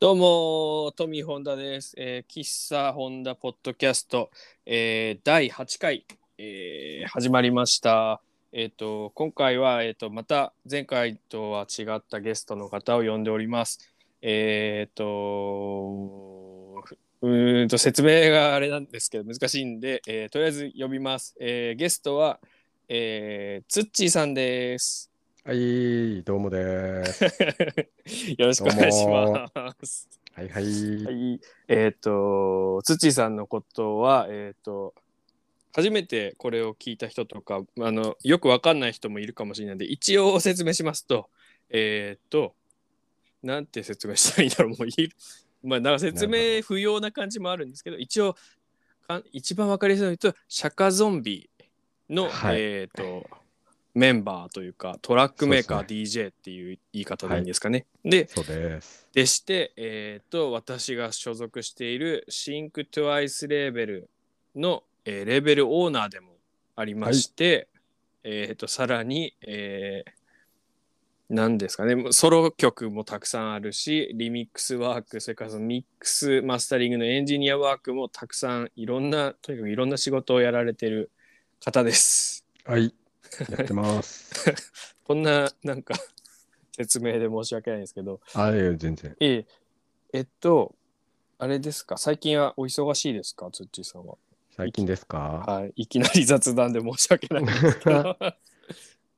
どうも、トミー・ホンダです。えー、喫茶ホンダポッドキャスト、えー第8回、えー始まりました。えっ、と、今回は、えっ、と、また前回とは違ったゲストの方を呼んでおります。えっ、と、うーんと、説明があれなんですけど、難しいんで、えーとりあえず呼びます。えーゲストは、えー、ツッチーさんです。 はい、どうも です。よろしくお願いします。はいは。はいい、えっ、と、土さんのことは、えっ、と、初めてこれを聞いた人とか、あの、よくわかんない人もいるかもしれないんで、一応説明しますと、えっ、と、なんて説明したらいいんだろう、もうい る。まあ、なんか説明不要な感じもあるんですけど、一応、かん一番わかりやすいのと、釈迦ゾンビの、はいえっ、と、メンバーというか、トラックメーカー、そう DJ っていう言い方でいいんですかね。で、そうです。でして、えー、と私が所属しているシンクトゥアイスレーベルの、えーレーベルオーナーでもありまして、えー、とさらに、えー、なんですかねもうソロ曲もたくさんあるしリミックスワークそれからそのミックスマスタリングのエンジニアワークもたくさんいろんなとにかくいろんな仕事をやられてる方です。はい、やって ます。こんななんか 説明で申し訳ないんですけどあ、いや全然。ええ、えっと、あれですか、最近はお忙しいですか、つっちーさんは。最近ですかはい、いきなり雑談で申し訳ないんですけど、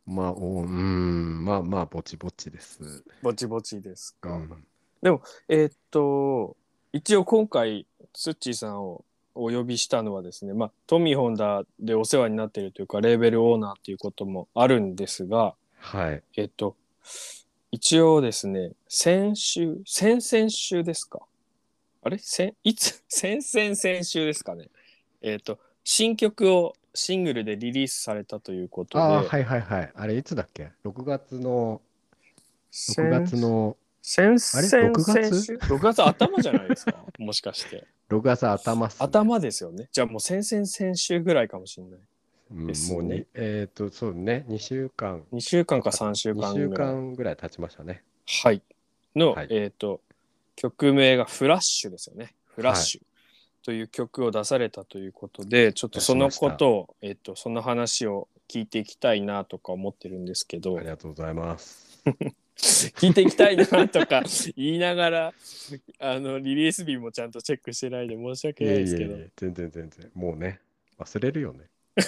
まあ、おうーん、まあまあ、ぼちぼちです。 ぼちぼちですうか。ん、えっと、一応今回、つっちーさんをお呼びしたのはですね、まあ、トミーホンダでお世話になっているというか、レーベルオーナーということもあるんですが、はい。えっと、一応ですね、先週、先々週ですかあれ先、いつ、 先々先週ですかね。えっと、新曲をシングルでリリースされたということあで、あ、はいはいはい。あれ、いつだっけ ?6 月の、先6月、の、先々あれ先6月週 ?6 月頭じゃないですかもしか して。 6月頭っすね、頭ですよね。じゃあもう先々先週ぐらいかもしれない。うんですねもうに、えっ、と、そうね、2週間、 2週間か3週間2ぐらい。週間ぐらい経ちましたね。はい。の、はいえっ、と、曲名がフラッシュですよね。フラッシュ。という曲を出されたということで、ちょっとそのことを、えっ、と、その話を聞いていきたいなとか思ってるんですけどあり、がとうござい ます。聞いていきたいなとか 言いながら、あの、リリース日もちゃんとチェックしてないで申し訳いないえでいすえいけど、え、全然全然。もうね、忘れるよね。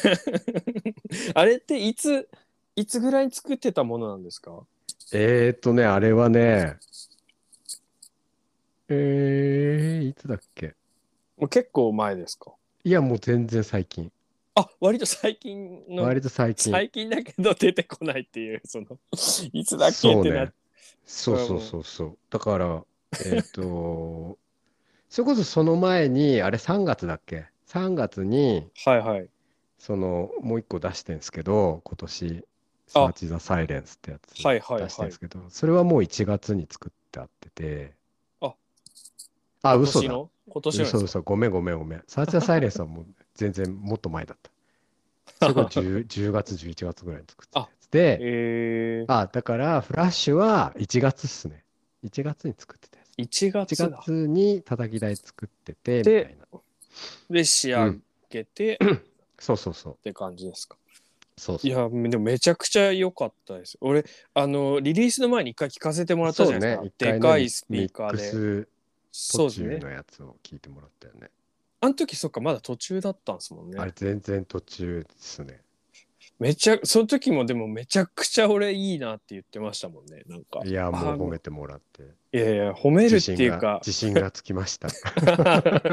あれっていつ、いつぐらいに作ってたものなんですかえーとね、あれはね、えー、いつだっけもう結構前ですかいや、もう全然最近。あ、割と最近の。割と最近。最近だけど出てこないっていうその いつだっけそっうてなっね。そうそうそうそう。だから、えーと、 それこそその前に、あれ3月だっけ ?3 月に、はいはいその、もう一個出してんすけど、今年、サーチ・ザ・サイレンスってやつはいはい出してはんいすけど、それはもう1月に作ってあってて、あ、あ、今嘘年だ。の今年のです嘘か嘘ごめんごめんごめん。サーチャーサイレンスはもう全然もっと前 だった。そこ 10, 10月、11月ぐらいに作ってたやつで、 えー、あ、だからフラッシュは1月っすね。1月に作ってたやつ。 1月1だ月に叩き台作ってて、みたでいで仕な。う上ん、げて、っそうそうそう。て感じですかそういそう。やでもめちゃくちゃ良かったです俺あのリリースの前に一回聞かせてもらったじゃないですか、そうね、で一回ねかいスピーカーミでックスそう途です中ねのやつを聞いてもらったよね。あの時そっかまだ途中だったんですもんねあれ全然途中ですね。めちゃその時もでもめちゃくちゃ俺いいなって言ってましたもんねなんかいや、もうあ褒めてもらって。いやいや褒めるっていうか自信が自信がつきまし た。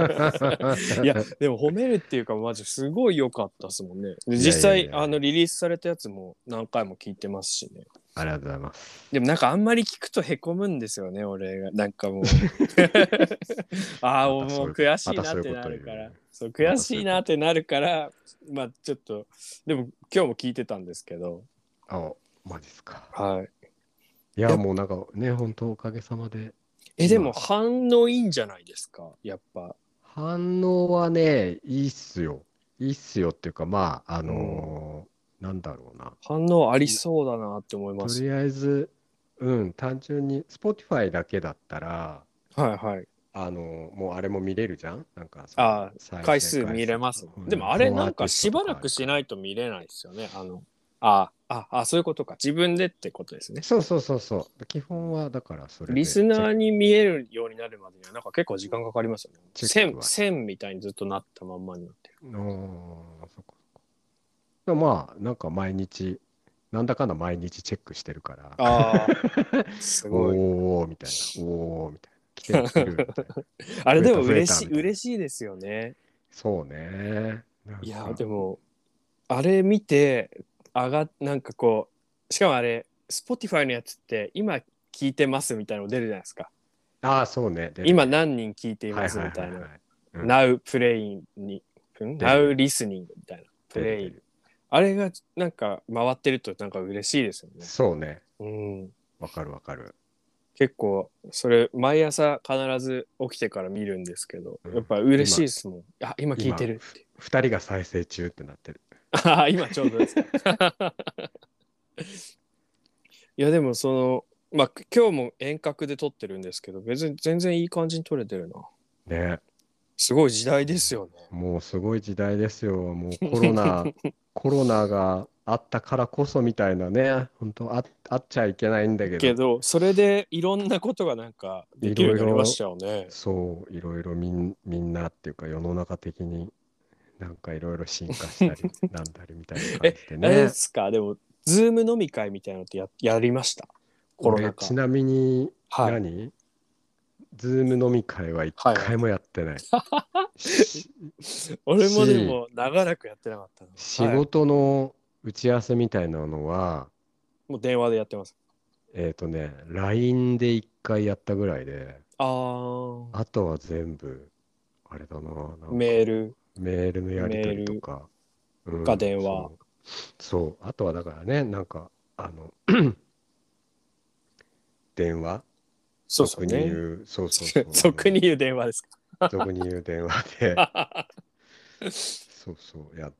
いやでも褒めるっていうかマジすごい良かったですもんねでいやいやいや実際あのリリースされたやつも何回も聞いてますしねありがとうございます。でもなんかあんまり聞くとへこむんですよね俺がなんかも うああまたそもういうう悔しいなってなるかまたそういうこと言うらねそう悔しいなってなるからまあちょっとでも今日も聞いてたんですけどあ、マジっすか。はいいや、もうなんかね、本当おかげさまで。えでも反応いいんじゃないですかやっぱ反応はね、いいっすよ。いいっすよっていうか、まあ、あのーなんだろうな。反応ありそうだなって思いまとすりあえず、うん、単純に、Spotify だけだったら、はいはい。あのもうあれも見れるじゃんなんかそのあ再生回数見れますもん。でもあれなんかしばらくしないいと見れないですよね。あの、ああ、あそういうことか。自分でってことですね。そうそうそうそう基本はだからそれでリスナーに見えるようになるまでにはなんか結構時間かかりますよね。チェック線は線みたいにずっとなったまんまになってる。あーそっかそっかまあなんか毎日なんだかんだ毎日チェックしてるからああ、すおごい。ーおーみたいなおーみたいな来てる来てるみたい なあれでも増え嬉した増えいたみたいな嬉しいですよね。そうねなんかいやでもあれ見て上がなんかこうしかもあれ Spotify のやつって今聞いてますみたいなの出るじゃないですか。ああそうねで今何人聞いていはいますはいみたはいいなはい。うん Now playing にん出る Now listening みたいな。プ出るレ出イるあれがなんか回ってるとなんか嬉しいですよね。そうねうん。わかるわかる結構それ毎朝必ず起きてから見るんですけどうんやっぱ嬉しいですもんあ今聞いてるっていう二人が再生中ってなってる あー今ちょうどですかいやでもそのまあ今日も遠隔で撮ってるんですけど別に全然いい感じに撮れてるなねすごい時代ですよねもうすごい時代ですよ。もうコ ロナ、コロナがあったからこそみたいなね、本当あ、あっちゃいけないんだけど、けどそれでいろんなことがなんかできるようになりましたよねそう、いろいろみん、みんなっていうか世の中的になんかいろいろ進化したり、なんだりみたい な感じであれでね。すかでもズーム飲み会みたいなのってややりましたコロナ俺、禍ちなみにはい何、ズーム飲み会は一はい回もやってない。し俺もでも長らくやってなかったな仕はい事の打ち合わせみたいなのは、もう電話でやってます。えっとね、LINE で一回やったぐらいで、ああ、あとは全部、あれだな、なんかメール。メールのやり取りとか、うんか電話そう。そう、あとはだからね、なんか、あの、 電話そうですよ俗にね。。言う、そうそうそう 俗に言う電話ですあの俗に言う電話で、か。そうそう、や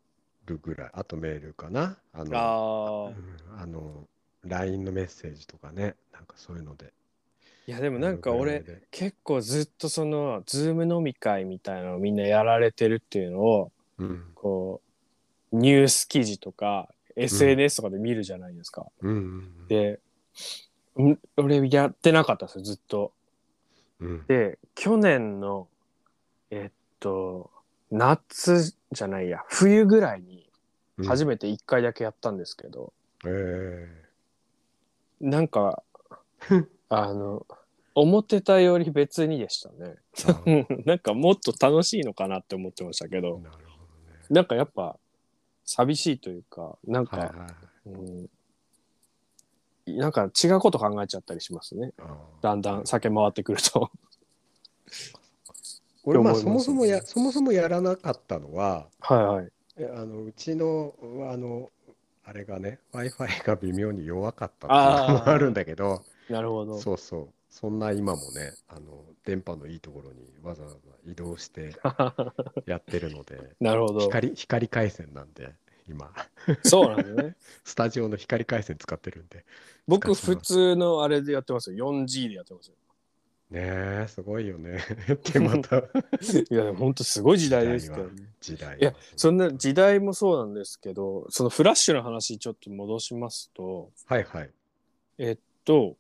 るぐらい。あとメールかな。あの、あうあ。んあの、LINE のメッセージとかね、なんかそういうので。いやでもなんかやる俺ぐらいで、結構ずっとそのズーム飲み会みたいなのをみんなやられてるっていうのをうん、こうニュース記事とか SNS とかで見るじゃないですか。うん、うんで、ん俺やってなかったですよずっと。うん、うん。で去年のえっと夏じゃないや冬ぐらいにうん初めて1回だけやったんですけど、ええなんか あの思ってたより別にでしたねあなるなんか もっと楽しいのかなって思ってましたけほどどね。なんかやっぱ寂しいというかなんか、はいはいはい。うん、なんか違うこと考えちゃったりしますねだんだん酒回ってくると 俺まあ思いそまもすそもやそもそもやらなかったのははいはいえあのうちのあのあれがね w i f i が微妙に弱かったっていうのあーもあるんだけどなるほどそうそうそんな今もねあの電波のいいところにわざわざ移動して やってるのでなるほど光光回線なんで今そうなん ですねスタジオの光回線使ってるんで僕使って普ます通のあれでやってますよ 4G でやってますよねえすごい よねってまたいやでも本当すごい時代ですけどね時代いやそんな時代もそうなんですけどそのフラッシュの話ちょっと戻しますとはいはいえっと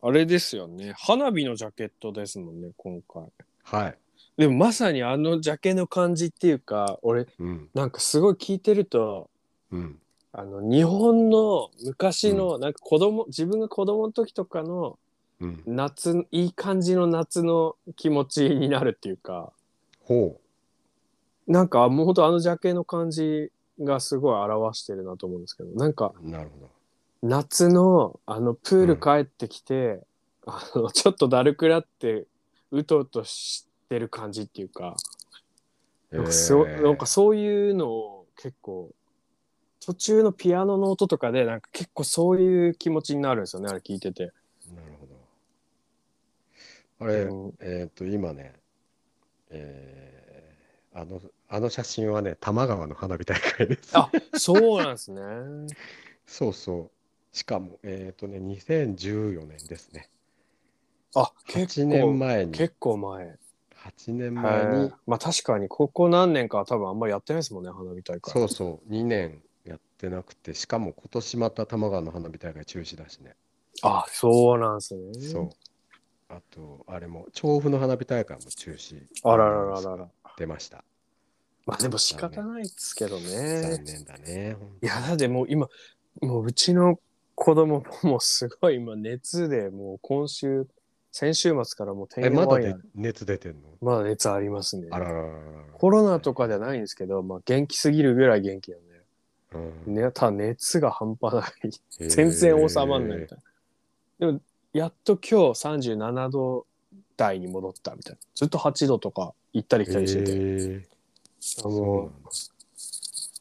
あれですよね花火のジャケットですもんね今回はいでもまさにあのジャケの感じっていうか俺うんなんかすごい聞いてるとうんあの日本の昔の、なんか子供自分が子供の時とかのうん夏いい感じの夏の気持ちになるっていうかほなんかもうほんとあのジャケの感じがすごい表してるなと思うんですけどなんかうなるほど夏のあのプール帰ってきて、あのちょっとだるくなってうとうとしてる感じっていうかなんかそうえーなんかそういうのを結構途中のピアノの音とかでなんか結構そういう気持ちになるんですよねあれ聞いてて。なるほど。あれ、うんえっと、今ね、えーあの、あの写真はね、多摩川の花火大会です。あそうなん ですね。そうそう。しかも、えっとね、2014年ですね。あ結8構年前に結構前8年前前ににまあ確かにここ何年かは多分あんまりやってないですもんね花火大会そうそう2年やってなくてしかも今年また玉川の花火大会中止だしねあそうなんですねそうあとあれも調布の花火大会も中止あららららら出ましたまあでも仕方ないですけどね残念だねほんといやだってもう今もううちの子供ももうすごい今熱でもう今週先週末からもう天え然まだワイヤでー熱出てんのまだ熱ありますねあらららららコロナとかじゃないんですけど、まあ、元気すぎるぐらい元気なんで、うんね、ただ熱が半端ない全然収まんないみたいな。でも、やっと今日37度台に戻ったみたいな。ずっと8度とか行ったり来たりしてて。えあのそうなんだ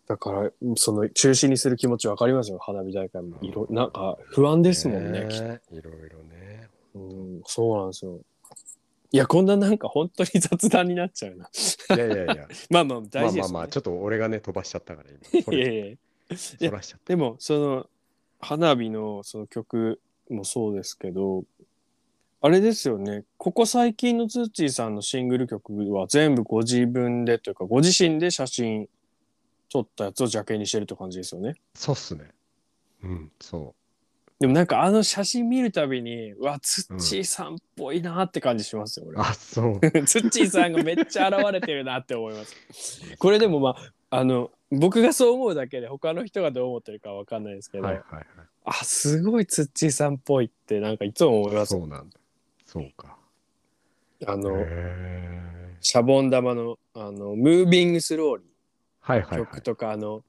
だから、その中止にする気持ちわかりますよ、花火大会も。いろうんなんか不安ですもんね、きっねいろいろねとうんそうなんですよ。いや、こんななんか本当に雑談になっちゃうな。いやいやいやまあまあ、ま大あ事で、ますあね。まあちょっと俺がね飛ばしちゃったから今そいやれいやいやそらしちゃったでもその花火のその曲もそうですけどあれですよねここ最近のツッチーさんのシングル曲は全部ご自分でというかご自身で写真撮ったやつをジャケにしてるって感じですよねそうっすねうんそでもなんかあの写真見るたびにうわツッチーさんっぽいなって感じしますよ、う俺あそう ツッチーさんがめっちゃ現れてるなって思います。これでもまああの僕がそう思うだけで他の人がどう思ってるかわかんないですけど、はいはいはいあすごいツッチーさんっぽいってなんかいつも思いますそうなんだ。そうか。あへのえシャボン玉のあのムービングスローリはーいはいはい曲。とか、あの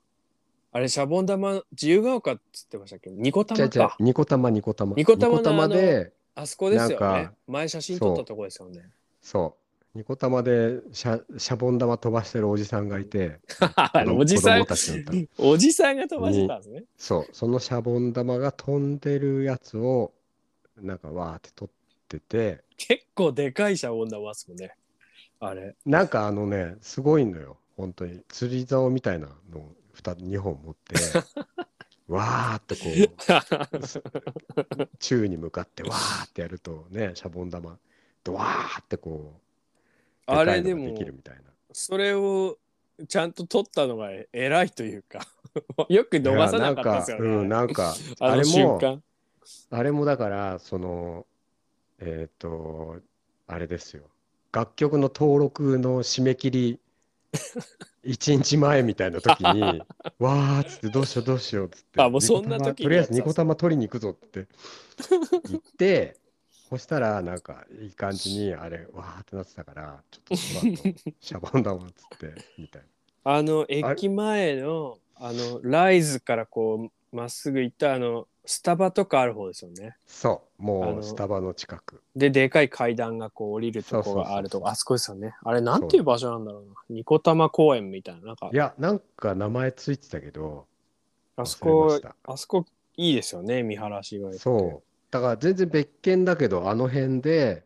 あれシャボン玉自由が丘っつってましたっけニコじゃ玉あじゃあかニコ玉ニコ玉。ニコ玉ので、あそこですよなんねか前写真撮ったとこですよねそう。ニコ玉でシャシャボン玉飛ばしてるおじさんがいて、あ のおじさ子供んたちの歌おじさんが飛ばしてたんですねそう。そのシャボン玉が飛んでるやつを、なんかわーって撮ってて、結構でかいシャボン玉ですもんねあ れなんかあのね、すごいのよ。本当に。釣り竿みたいなのを 2, 2本 持って、わーってこう。宙に向かってわーってやるとねシャボン玉ドワーってこうあれでかいのもができるみたいなそれをちゃんと撮ったのが偉いというか よく伸ばさなかったですよねいやなんか,、うん、なんか ああのれ瞬も間あれもだからそのえっ、とあれですよ楽曲の登録の締め 切り1日前みたいな時に「わー」っつって「どうしようどうしよう」っつってあもうそんな時にやニコ玉とりあえずニつだコ玉取りに行くぞ」って言ってそしたらなんかいい感じにあれわーってなってたからちょっとその後シャボン玉っつってみたいあの駅前のあのライズからこうまっすぐ行ったあのスタバとかある方ですよねなそあうものうスタバの近くででかい階段がこう降りるとこがあるとこあそこですよねあれなんていう場所なんだろうなニコ玉公園みたいななんかいやなんか名前ついてたけどあそ忘れまこしたあそこいいですよね見晴らしがよくてそうだから全然別件だけどあの辺で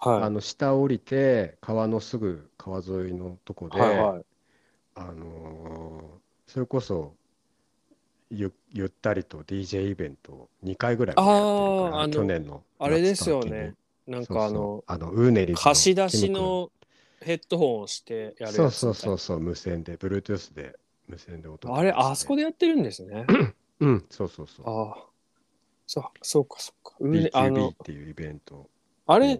あはの下降りて川のすぐ川沿いのとこいで、はいはいあのーそれこそゆゆったりと DJ イベントを2回ぐらい俺やってるからあーあの去年のあれですよ夏と秋にねなんそうかあそのうあのウーネリーズの貸し出しキム君のヘッドホンをしてやるやつみたいなそうそうそうそう無線で Bluetooth で無線で音あれあそこででやってるんです ねうんそうそうそうああそうそうかそうかうねあ BQB のっていうイベントああれ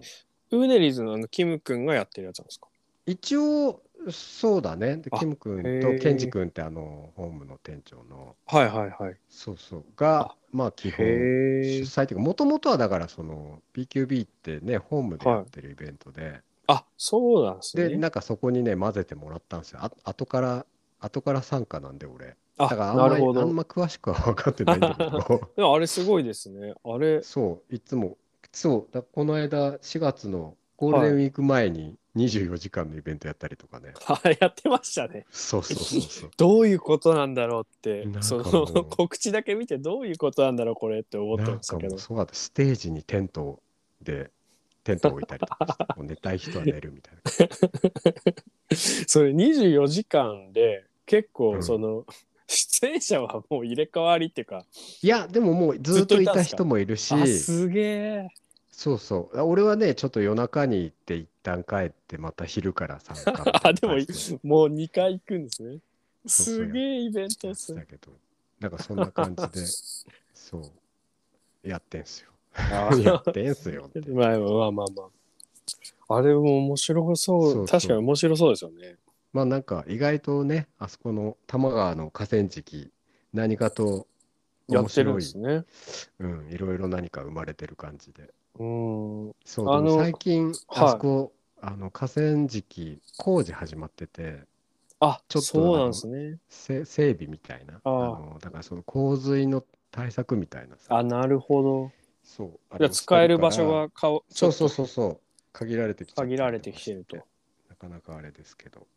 ウーネリーズのあのキム君がやってるやつなんですか一応そうだねであキム君へーとケンジ君ってあのホームの店長のはいはいはい。そうそうがまあ基本へ主え。催というかもともとはだからその PQB ってねホームでやってるイベントで、あそうなんですでね。なんかそこにね混ぜてもらったんですよあ後から後から参加なんで俺だあからあんなまるりほあんど。ま詳しくは分かってないんだ けどでもあれすごいですね。あれ そういつもそうだこの間4月のゴールデンウィーク前に24時間のイベントやったりとかね、あやってましたね。そうそうそうそうどういうことなんだろうってなんかそものう告知だけ見てどういうことなんだろうこれって思ってなんましたかけもどう。そうだったステージにテントでテント置いたりとかしてもう寝たい人は寝るみたいなそれ24時間で結う構んその、 出演者はもう入れ替わりっていうか。いやでももうずっといた人もいるしあすげえ。そうそう。あ俺はね、ちょっと夜中に行って、一旦帰って、また昼から参加みたいな あでも感じもう2回行くんですねそうそうすげえイベントやっってすねたけど、なんかそんな感じで、そう、やってん すよ。あ やってんすよって。まあまあまあまあ。あれも面白そう。そうそう確かに面白そうですよね。まあなんか意外とね、あそこの多摩川の河川敷、何かとや面ってるんで白い、すね。うん、いろいろ何か生まれてる感じで。うん。そう、あのでも最近、はいあそこ、あの河川敷、工事始まってて、あ、ちょっとそうなんですね。せ整備みたいな、ああのだからその洪水の対策みたいなさ、あ、なるほど。そう、あじれゃあをしてる使える場から所が顔、ちそょうっとそうそうそう、限られてきちゃったり限られてきてるとかして。なかなかあれですけど、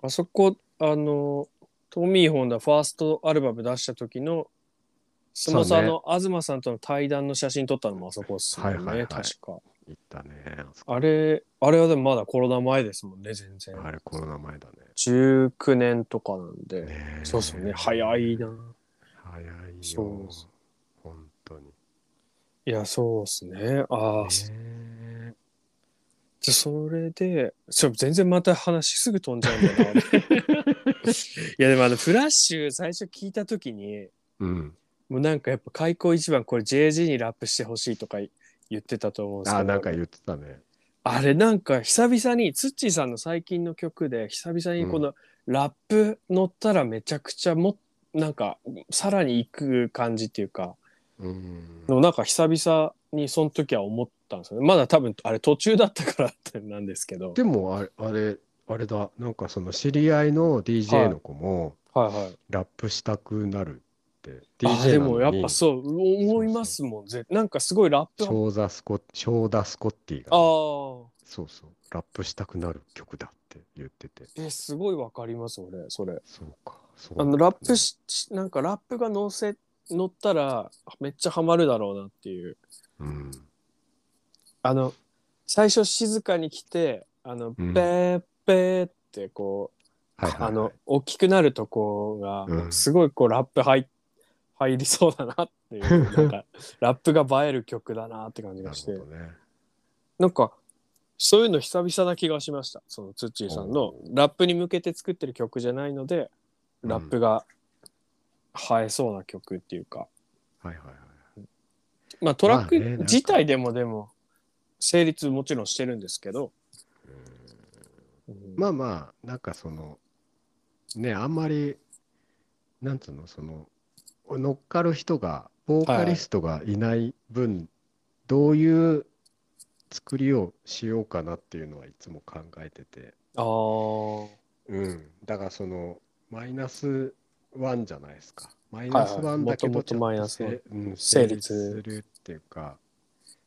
あそこ、あの、トミー・ホンダファーストアルバム出した時の、そのそさ、うあねの、東さんとの対談の写真撮ったのもあそこっすよね、はいはいはい確か。行ったね、あそこあれ、あれはでもまだコロナ前ですもんね、全然。あれコロナ前だね。 19年とかなんで。ねえそうですよね、早いな。早いよ。そうそう本当に。いや、そうですね。ああ、ねじゃあそれで、ちょ全然また話すぐ飛んじゃうん だな。俺いや、でもあの、フラッシュ最初聞いたときに、うん。もうなんかやっぱ開口一番これ JG にラップしてほしいとか言ってたと思うんですけど。あ、なんか言ってたね。あれなんか久々に、ツッチーさんの最近の曲で、久々にこのラップ乗ったらめちゃくちゃも、なんかさらに行く感じっていうか、うん。のなんか久々にその時は思ったんですよねまだ多分あれ途中だったからってなんですけどでもあれ、あれ、あれだ。なんかその知り合いの DJ の子もはいはいラップしたくなるって。あ DJ でなものやっにぱそう思いますもんぜなんかすごいラップショーザスコ、ショーダスコッティがあね、ーそうそう、ラップしたくなる曲だって言ってて。えすごいわかります俺それそうか。そうあなんのだラップねしなんかラップが乗せ乗ったらめっちゃハマるだろうなっていううん。あの最初静かに来てあの、うんペーペーってこうはいはいはい。あの大きくなるとこが、うんすごいこうラップ入入りそうだなっていう なんかラップが映える曲だなって感じながるしてほな,、どね。んかそういうの久々な気がしましたそのツッチーさんのラップに向けて作ってる曲じゃないのでラップが映えそうな曲っていうか、はいはいはい。まあトラックまあねなんか自体でもでも成立もちろんしてるんですけど、まあまあなんかそのねあんまりなんつうのその乗っかる人がボーカリストがいない分、どういう作りをしようかなっていうのはいつも考えてて、あーうん、だからそのマイナスワンじゃないですかマイナスワンだけどもともとマイナスワンせう成ん成立立するっていうか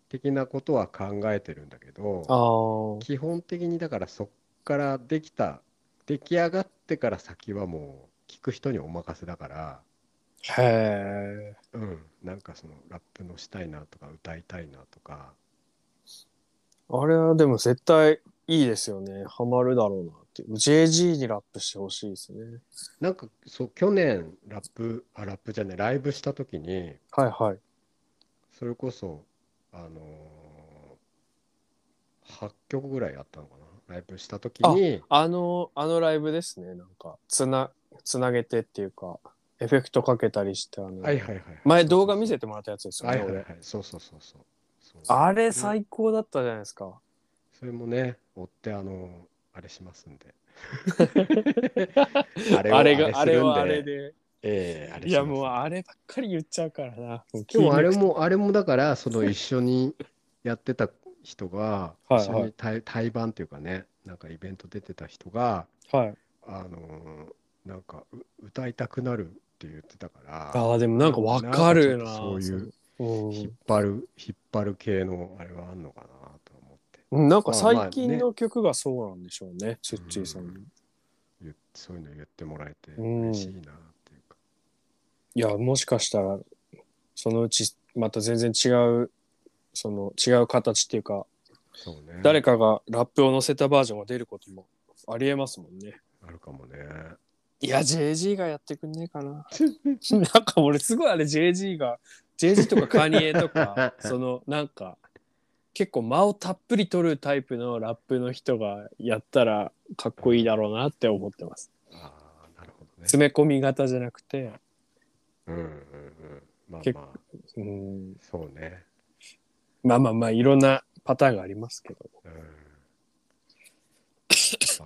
的なことは考えてるんだけどあー基本的にだからそっからできた出来上がってから先はもう聞く人にお任せだから、へえうん、なんかそのラップのしたいなとか歌いたいなとかあれはでも絶対いいですよね。ハマるだろうなっていう。JG にラップしてほしいですね。なんかそう去年ラップあラップじゃねライブした時にはいはい。それこそあのー、8曲ぐらいやったのかなライブした時にあの、あのライブですね。なんか、つな、つなげてっていうか、エフェクトかけたりして、あの、はいはいはいはい前動画見せてもらったやつですよはね。いはいは俺いそうそうそうそうそうあれ最高だったじゃないですか。それもね、追ってあの、あれしますんで。 あれをあれが、ああれれするんではあれで。ええあれいしやますもうあればっかり言っちゃうからな。でもあれも、あれもだから、その一緒にやってた人が、はいはい一緒に対対バンっていうかね、なんかイベント出てた人が、はい。あのーなんかう歌いたくなるって言ってたから、ああ、でもなんかわかるな。んかちょっとそういううん。引っ張る、引っ張る系のあれはあんのかなと思って、うんなんかまあまあ最近の曲がそうなんでしょうね、ツッチーさんの。うん言っそういうの言ってもらえてうん嬉しいなっていうか。いや、もしかしたら、そのうち、また全然違う、その違う形っていうか、そうね。誰かがラップを乗せたバージョンが出ることもありえますもんね。あるかもね。いや、JG がやってくんねえかな。 なんか俺、すごいあれ、JG が、JG とかカニエとか、その、なんか、結構間をたっぷり取るタイプのラップの人がやったらかっこいいだろうなって思ってます。ああ、なるほどね。詰め込み型じゃなくて、うんうんうん。まあ結まあ、うん、そうね。 まあまあまあいろんなパターンがありますけど。うん。ま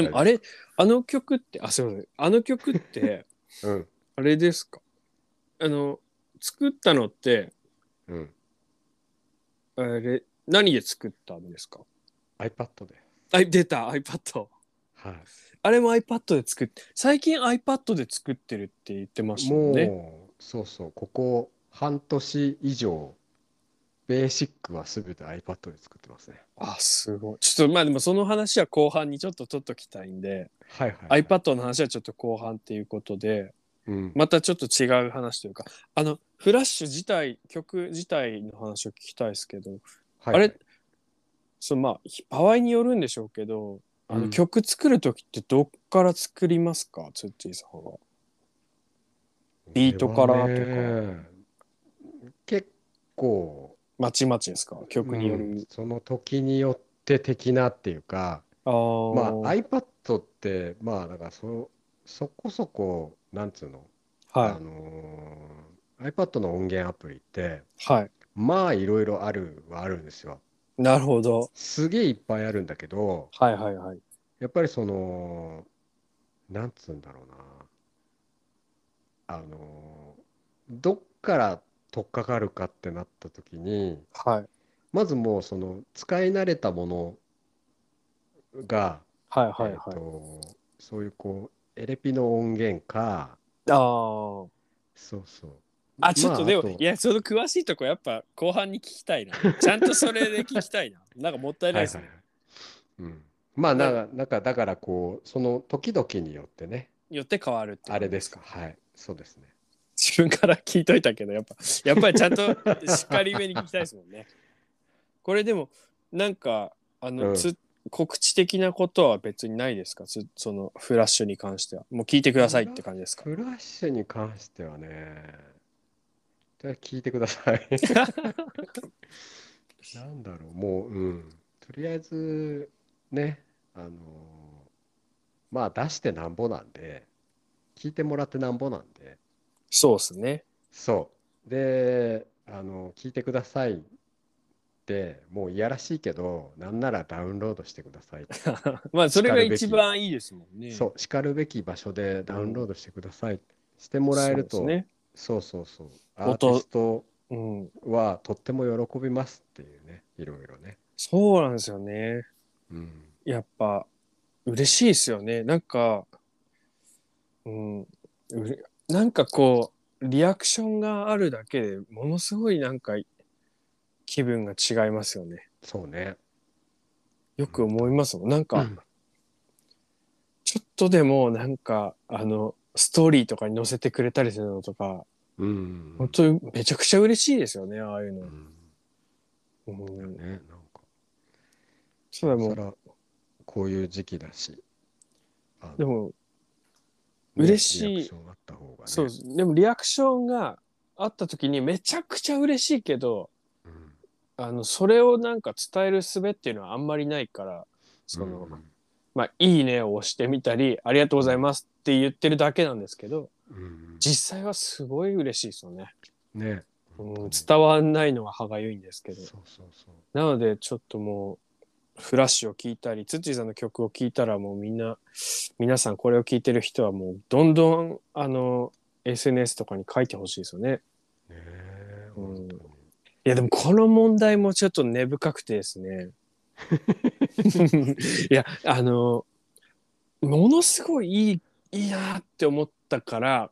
あでもあれ、あの曲って、あ、すいません。あの曲 って、うんあれですかあの、作ったのって、うん。あれ、何で作ったんですか iPad で。あ、出た、iPad。はい。あれも iPad で作って、最近 iPad で作ってるって言ってましたもんね。もうそうそうここ半年以上ベーシックは全て iPad で作ってますねあ、すごい。ちょっとまあでもその話は後半にちょっと取っときたいんで、はいはい、 iPad の話はちょっと後半っていうことで、うん、またちょっと違う話というか、あの、フラッシュ自体、曲自体の話を聞きたいですけど、はいはいあれそのまあ、場合によるんでしょうけど、あうのん曲作る時ってどっから作りますか、ツッチーさんは。ビートからとかこれはね結構まちまちですか曲による。うんその時によって的なっていうかあーまあ iPad ってまあだからそそこそこなんつうの、あはのー iPad の音源アプリってい。はい。まあいろいろあるはあるんですよなるほど。すげえいっぱいあるんだけどはいはいはい。やっぱりその、なんつうんだろうな、あの、どっから取っかかるかってなった時に、はい。まずもうその使い慣れたものが、はいはいえっはい。と、そういうこう、エレピの音源か、あーそうそう。あ、ちょっまとあであも、といや、その詳しいとこやっぱ後半に聞きたいな。ちゃんとそれで聞きたいな。なんかもったいないはいですはいねは。い。うん。まあ、なんか、なんか、だからこう、その時々によってね、よって変わるってことあれですか。。はい。そうですね。自分から聞いといたけどやっぱやっぱりちゃんとしっかりめに聞きたいですもんね。これでもなんかあの、うんつ告知的なことは別にないですかつそのフラッシュに関してはもう聞いてくださいって感じですかフラッシュに関してはね、じゃあ聞いてくだ さい。なんだろう、もう、うん。とりあえず、ね、あのーまあ出してなんぼなんで、聞いてもらってなんぼなんで、そうですね。そう。で、あの、聞いてくださいって、もういやらしいけど、なんならダウンロードしてくださいって。まあそれが一番いいですもんね。そう、しかるべき場所でダウンロードしてください。してもらえると、そうですね。そうそうそう、ア音ーティスト、うん。はとっても喜びますっていうねいろいろね、そうなんですよね。うん、やっぱ嬉しいですよねなんかうんうれなんかこうリアクションがあるだけでものすごいなんか気分が違いますよねそうねよく思いますもんなんか、うんちょっとでもなんかあのストーリーとかに載せてくれたりするのとかうん本当にめちゃくちゃ嬉しいですよねああいうの、ううんんねなんかそうだもそんらこういう時期だしあのでもね嬉しいリアクションあった方がねそうですでもリアクションがあった時にめちゃくちゃ嬉しいけどうんあのそれをなんか伝える術っていうのはあんまりないからその、うんまあ「いいね」を押してみたり「ありがとうございます」って言ってるだけなんですけどうん実際はすごい嬉しいですよね、ねう本ん、当に伝わんないのは歯がゆいんですけどそうそうそうなのでちょっともうフラッシュを聞いたりツッチーさんの曲を聞いたらもうみんな皆さんこれを聞いてる人はもうどんどんあの SNS とかに書いてほしいですよねねえうん本当にいやでもこの問題もちょっと根深くてです ね。いやあのものすごいいいいいなって思ったから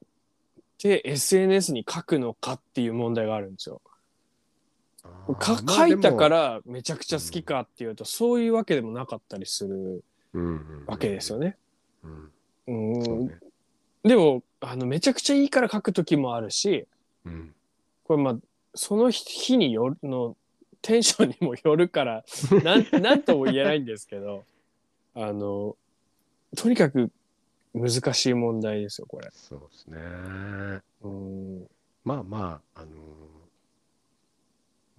で SNS に書くのかっていう問題があるんですよ。あーかまあ書いたかでもらめちゃくちゃ好きかっていうと、そういうわけでもなかったりするうんうんうんわけですよね。うんうそうんねでもあのめちゃくちゃいいから書く時もあるしうんこれまあその日によるのテンションにもよる からなんなんとも言えないんですけどあのとにかく難しい問題ですよこれ。そうですねうんまあまあ、あのー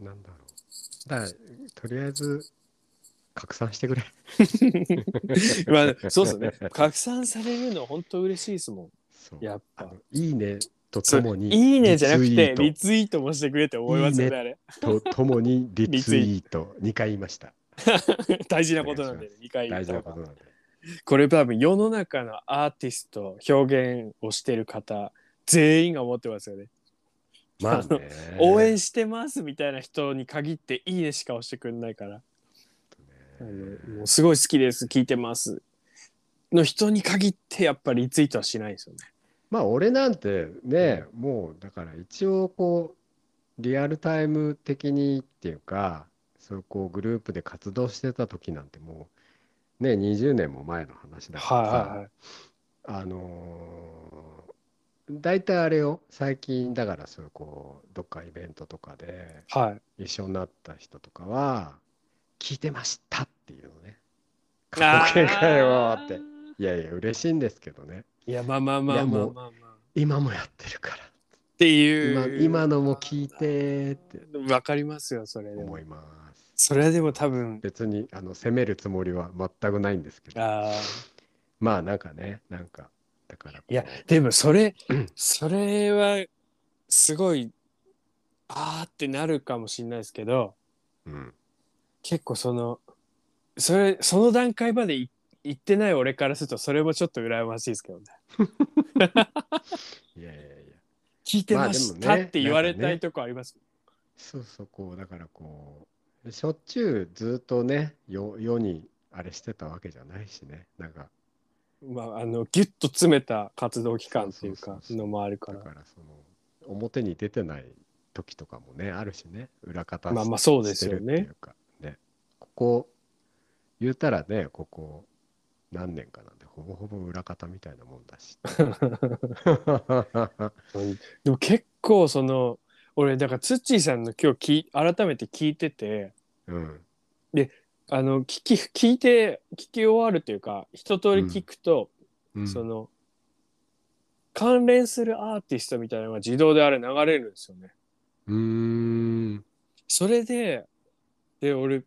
なんだろう。だからとりあえず拡散してくれまあ、そうです ね。拡散されるの本当嬉しいですも。そうんやっあぱの。いいねとともにいいねじゃなくてリ、ツイリーツイートもしてくれって思いますよね、いいねあれ。トとともにリツイート2回言いました大事なことなんで、ね、2回言大っ事たなのこが となんでこれ多分世の中のアーティスト、表現をしてる方、全員が思ってますよね。まあね応援してますみたいな人に限って、いいねしか押してくれないから。あのもうすごい好きです、聞いてます。の人に限って、やっぱりリツイートはしないですよね。まあ俺なんてね、もうだから一応こうリアルタイム的にっていうかそういうこうグループで活動してた時なんてもうね20年も前の話だからさ、はいはいはい。あのー大体あれを最近だからそういうこうどっかイベントとかではい、一緒になった人とかは聞いてましたっていうのねあカラオケーかよっていやいや嬉しいんですけどねいや、まあまあまいあやまあもまあうまあ。今もやってるからっていう。今今のも聞いてってわかりますよ、それでも思。いますそれはでも多分、別にあの責めるつもりは全くないんですけどああ。まあなんかねなんかだからこういやでもそれそれはすごいあーってなるかもしれないですけどうん結構そのそれその段階までい行ってない俺からするとそれもちょっと羨ましいですけどねいやいやいや聞いてましまたあでもっねて言われなたいんかねとこあります、そうそうこうだからこうしょっちゅうずっとねよ世にあれしてたわけじゃないしねなんかまああのギュッと詰めた活動期間っていうそうかそうそうのもあるかだらからその表に出てない時とかもねあるしね裏方まあまあそうですよねしてるっていうかねここ言うたらねここ何年かなんでほぼほぼ裏方みたいなもんだ しでも結構その俺だからツッチーさんの今日き改めて聞いててうんあの聞き聞いて聞き終わるというか一通り聞くと、うんその関連するアーティストみたいなのが自動であれ流れるんですよね。うーんそれでで俺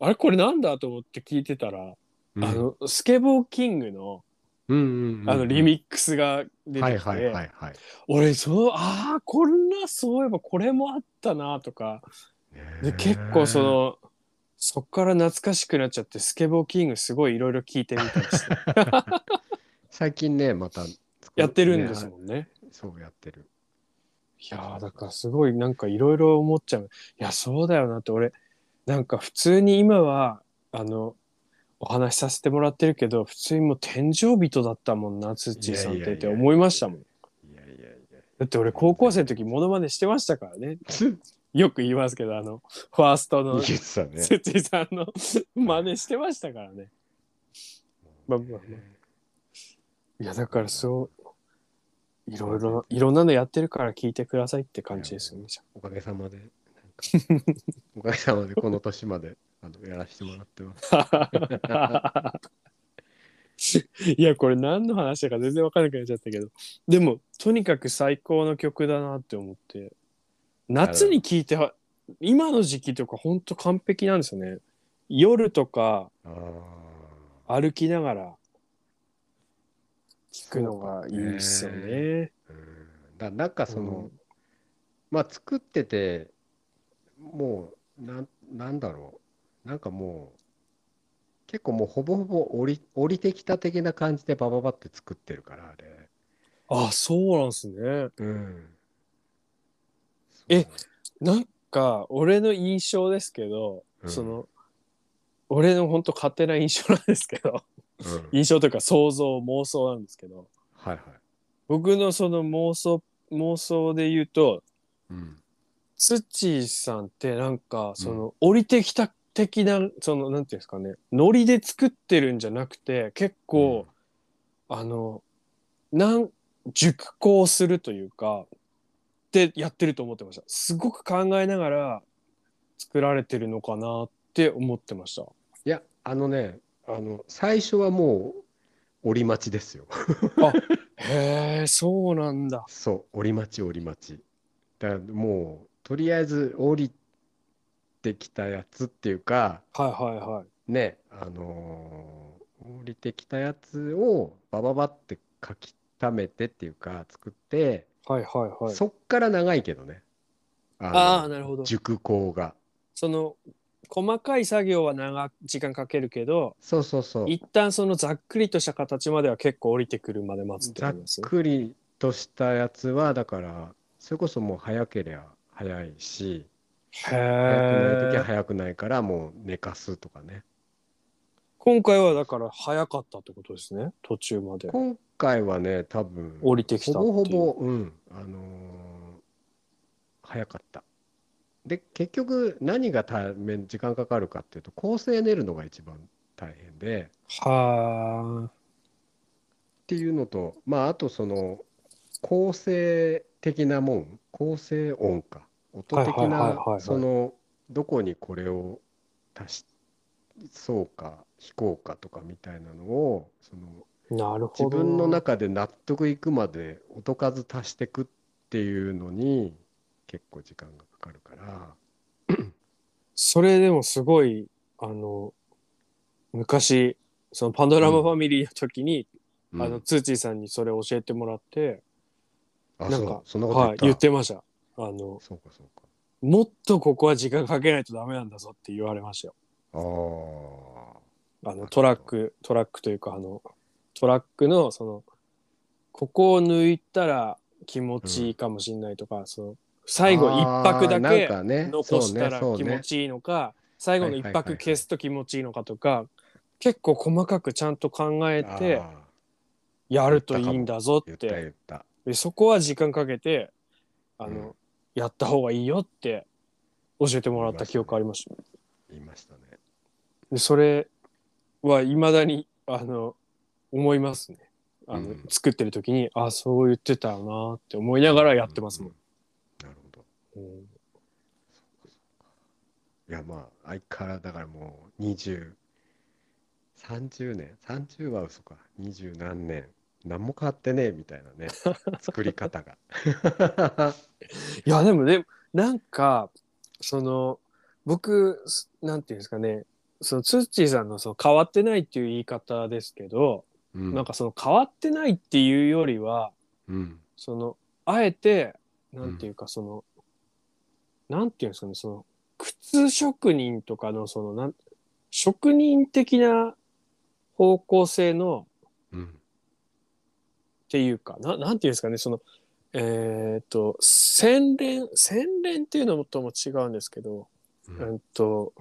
あれこれなんだと思って聞いてたら、うんあのスケボーキングのうんうんうんあのリミックスが出てきて、はいはいはいはい俺そのああこんなそういえばこれもあったなとかで結構そのそっから懐かしくなっちゃってスケボーキングすごいいろいろ聞いてみたり して最近ねまたやってるんですねもんね。そうやってるいやーだからすごいなんかいろいろ思っちゃういやそうだよなって俺なんか普通に今はあのお話しさせてもらってるけど普通にもう天井人だったもんなつっちーさんっいやいてやっいてや思いましたもんいや いや いやだって俺高校生の時モノマネしてましたからねつよく言いますけどあのファーストの言っつってたねちーさんの 真似してましたからねまあまあまあいやだからそういろいろいろんなのやってるから聞いてくださいって感じですよねおかげさまで、なんか おかげさまでこの年まであのやらせてもらって ます。 いやこれ何の話だか全然分からなくなっちゃったけどでもとにかく最高の曲だなって思って夏に聴いては今の時期とかほんと完璧なんですよね夜とかああ、歩きながら聴くのがいいっすよね。うん。だなんかその、うんまあ作ってて、もうなんなんだろう、なんかもう結構もうほぼほぼ降り降りてきた的な感じでバババって作ってるからあれ。あそうなんすね。うん。えなんか俺の印象ですけど、うんその俺のほんと勝手な印象なんですけどそう、うん印象というか想像妄想なんですけどはいはい。僕のその妄想妄想で言うとうん。ツッチーさんってなんかその降りてきた的な、そのなんていうんですかねノリで作ってるんじゃなくて結構、あのなん熟考するというかでやってると思ってましたすごく考えながら作られてるのかなって思ってましたいや、あのね、あの最初はもう折り待ちですよ。 へえそうなんだそう、折り待ち折り待ち。だからもう、とりあえず降りてきたやつっていうか、はいはいはい。ね、あのー降りてきたやつをバババって書き溜めてっていうか作って、はいはいはい。そっから長いけどね。あのああ、なるほど。熟考が。その細かい作業は長時間かけるけど、そうそうそう。一旦そのざっくりとした形までは結構降りてくるまで待つってざこっとですね。くりとしたやつはだからそれこそもう早けりゃ早いしへ早くない時はえ。早くないからもう寝かすとかね今回はだから早かったってことですね。途中まで。今回はね多分降りてきたっていうほぼほぼうんあのー早かったで結局何が大変時間かかるかっていうと構成練るのが一番大変ではっていうのとまああとその構成的なもん構成音か音的はいはいはいなはいはいそのどこにこれを足しそうか引こうかとかみたいなのをそのあ。なるほど。自分の中で納得いくまで音数足してくっていうのに結構時間がかかるからそれでもすごい、あの、昔、そのパンドラマファミリーの時に、うんあの、ツーチーさんにそれ教えてもらって、あなんそうかそんなことは言い、った言ってました。あの、そうかそうかもっとここは時間かけないとダメなんだぞって言われましたよ。あああなるほの、どトラック、トラックというか、あの、トラックの、その、ここを抜いたら気持ちいいかもしれないとか、その、最後一泊だあーなけんかね残したらそ気うねそうね持ちいいのか、最後の一はいはいはいは泊い消すと気持ちいいのかとか、結構細かくちゃんと考えてあーやるといいんだぞ言っったて言ったでそこは時間かけてあの、うんやった方がいいよって教えてもらった記憶ありました言いましたねでそれはいまだにあの思いますねあの、うん作ってる時にあそう言ってたよなって思いながらやってますもん、なるほうどんいやまあ相変わらずだからもう2030年30は嘘か20何年何も変わってねえみたいな ね作り方がいやでもでもなんかその僕すなんていうんですかねそのツッチーさんのその変わってないっていう言い方ですけど、うんなんかその変わってないっていうよりはうんそのあえてなんていうかその、なんていうんですかねその靴職人とかのそのなん職人的な方向性のうんっていうかななんていうんですかねそのえーっと洗練洗練っていうのとも違うんですけど、うんうんと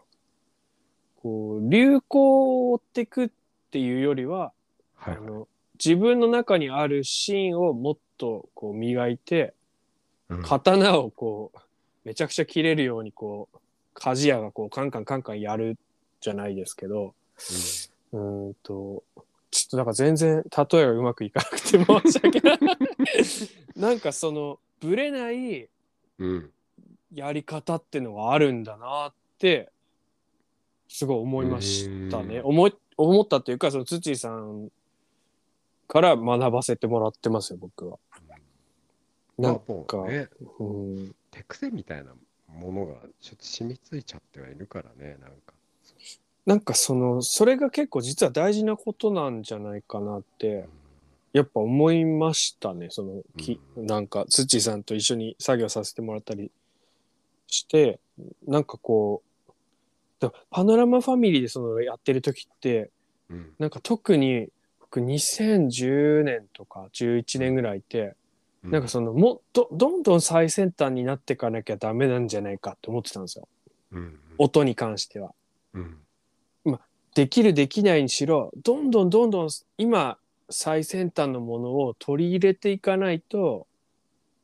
こう流行を追っていくっていうよりははあいの自分の中にあるシーンをもっとこう磨いて、うん刀をこうめちゃくちゃ切れるようにこう鍛冶屋がこうカンカンカンカンやるじゃないですけどうーんとちょっとなんか全然例えがうまくいかなくて申し訳ない なんかそのブレないうんやり方ってのがあるんだなってすごい思いましたねうん思い思ったというかその土井さんから学ばせてもらってますよ僕は。なまあんもかうねうん手癖みたいなものがちょっと染みついちゃってはいるからねなんかなんかそのそれが結構実は大事なことなんじゃないかなってやっぱ思いましたねそのき、うんなんか土さんと一緒に作業させてもらったりしてなんかこうだパノラマファミリーでそのやってる時ってうんうんなんか特に僕2010年とか11年ぐらいって、うなんかそのもっとどんどん最先端になっていかなきゃダメなんじゃないかって思ってたんですようん音に関しては。うんできるできないにしろどんどんどんどん今最先端のものを取り入れていかないと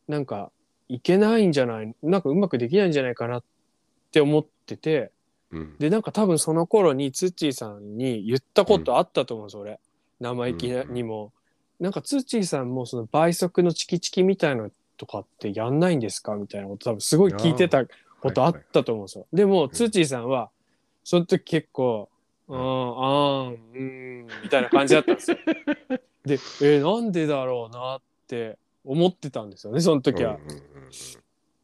なんかいけないんじゃないなんかうまくできないんじゃないかなって思っててうんでなんか多分その頃にツッチーさんに言ったことあったと思うんです、俺生意気なにも、なんかツッチーさんもその倍速のチキチキみたいなのとかってやんないんですかみたいなこと多分すごい聞いてたことあったと思うんですよ。でも、ツーチーさんは、その時結構、う、うんあんーうーん、みたいな感じだったんですよ。で、えーなんでだろうなって思ってたんですよね、その時は。うんうんうんうん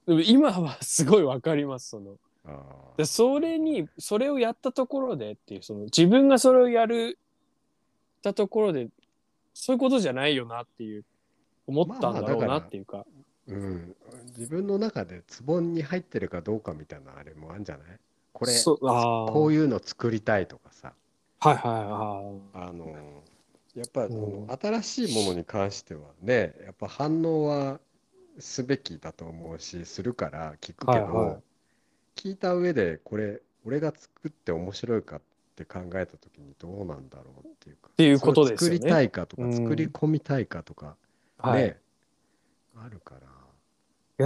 でも今はすごいわかります、その。あでーそれにそれをやったところでっていうその自分がそれをやるたところでそういうことじゃないよなっていう思ったんだろうまあまなあだからっていうか,、うん、自分の中でツボに入ってるかどうかみたいなあれもあるんじゃないこれそうあーこういうの作りたいとかさはいはいあのやっぱそのう新しいものに関してはねやっぱ反応はすべきだと思うしするから聞くけど、はいはい聞いた上でこれ俺が作って面白いかって考えた時にどうなんだろうっていうかっていうことですよね作りたいかとうかん作り込みたいかとか、はいはい、いねあるから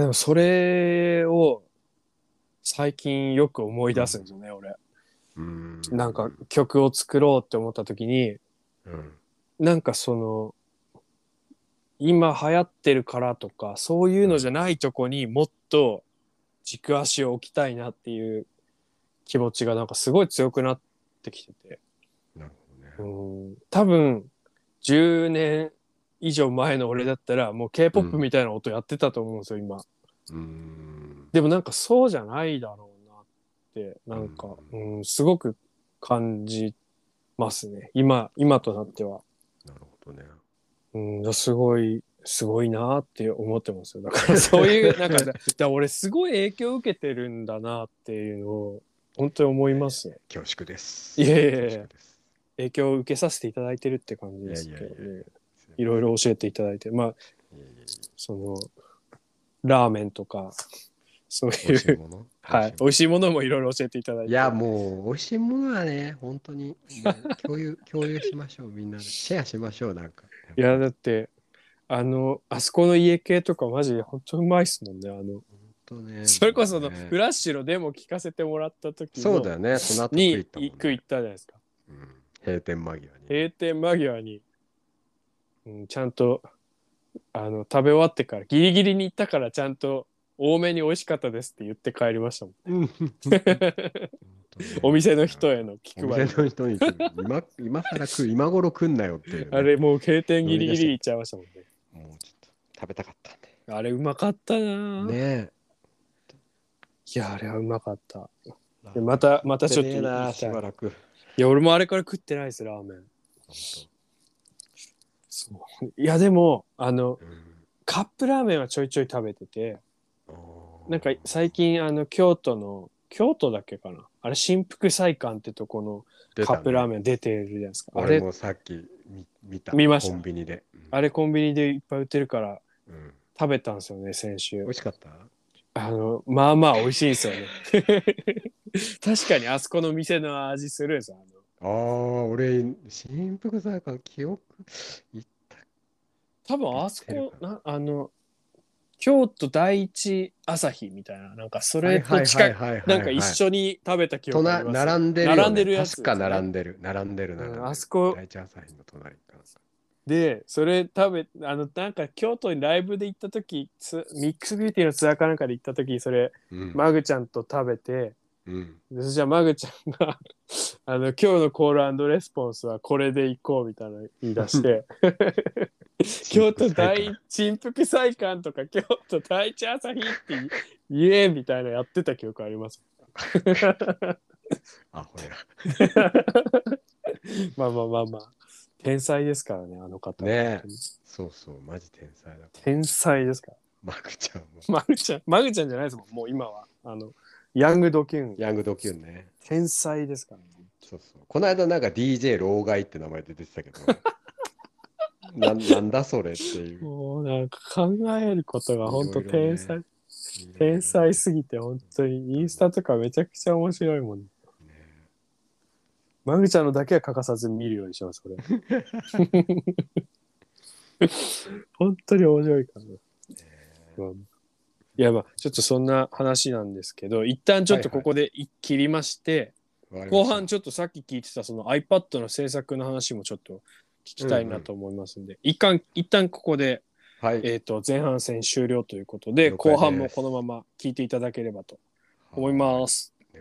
やでもそれを最近よく思い出すんですよね、俺うんなんか曲を作ろうって思った時にうんなんかその今流行ってるからとかそういうのじゃないとこにもっと軸足を置きたいなっていう気持ちがなんかすごい強くなってきててなるほうどねん多分10年以上前の俺だったらもう k p o p みたいな音やってたと思うんですよ今、うんでもなんかそうじゃないだろうなってなんか、ううんすごく感じますね今今となっては。なるほどねうん、すごい、すごいなって思ってますよ。だ からそういう、なんか、だから俺すごい影響を受けてるんだなっていうのを、本当に思いますね。恐縮ですいやいやいや恐縮です影響を受けさせていただいてるって感じですけどね。いやいやいいろいろ教えていただいて、まあ、いやいやいやその、ラーメンとか、そう美い、味しいうもの はい、美味しいものもいろいろ教えていただいて。いや、もう、美味しいものはね、本当に、もう共有、 共有しましょう、みんなで。シェアしましょう、なんか。いや、だって、あの、あそこの家系とかマジで本当うまいっすもんね。あの、本当ね。それこそあの、ねフラッシュのデモ聞かせてもらった時のそうだよね、その後に食いたもんね行く行ったじゃないですか。うん閉店間際に。閉店間際に、うん、ちゃんとあの食べ終わってからギリギリに行ったからちゃんと多めに美味しかったですって言って帰りましたもん うんお店の人。への聞おく前に店の人に聞く今、今更食う、今頃食んなよっていうね、あれもう閉店ギリギリ行っちゃいましたもんねもうちょっと食べたかったんで。あれうまかったなぁ、ねいやあれはうまかったえでまたまたちょっと食て行ねえな、きたしいばらく。いや俺もあれから食ってないですラーメン本そういやでもあの当うんカップラーメンはちょいちょい食べてておーなんか最近あの京都の京都だっけかなあれ新福祭館ってとこの出たカねップラーメン出てるじゃないですか。あ俺れ、もさっき見見た。見ましたコンビニで。うんあれコンビニでいっぱい売ってるからうん食べたんですよね、先美週味。しかったあの、まあまあ美味しいんですよね。 確かにあそこの店の味するんですよ。あのああ、俺、新福財館、記憶、い多分あそ売ってるこか、なあの、京都第一朝日みたいな、なんかそそれと近く、くなんか一緒に食べた記憶があり隣ます。並んでるよね。並んでるやつ確か並んでる。並んでる、ん並んでる。あそこ第一朝日の隣かなんか。で、それ食べ、あの、なんか京都にライブで行った時、つミックスビューティーのツアーかなんかで行った時、それ、うん。マグちゃんと食べて、うん。でじゃあ、マグちゃんが あの、今日のコールレスポンスはこれでいこうみたいな言い出 して、京都大陳福祭館とか京都第一朝日って言えみたいなやってた記憶あります。 あ、ほら。まあまあまあまあ。天才ですからね、あの方。 ねえそうそう、マジ天才だ。天才ですから。マクちゃんも。 マグちゃん、マグちゃんじゃないですもん、もう今は。あの、ヤングドキュン。ヤングドキュンね。天才ですからね。そうそう。この間、なんか DJ 老害って名前で出てた けど。なんなんだそれっていう。もうなんか考えることが本当いろいろ天ね才。天才すぎて本当にインスタとかめちゃくちゃ面白いもん、ね、ねマグちゃんのだけは欠かさず見るようにします俺 本当に面白いからね、うんいやまあちょっとそんな話なんですけど一旦ちょっとここでい切りまして、わかりまし後た半ちょっとさっき聞いてたその iPad の制作の話もちょっと聞きたいなと思いますんで、一旦一旦ここで、はい、えー、と前半戦終了ということで了解後です半もこのまま聞いていただければと思います。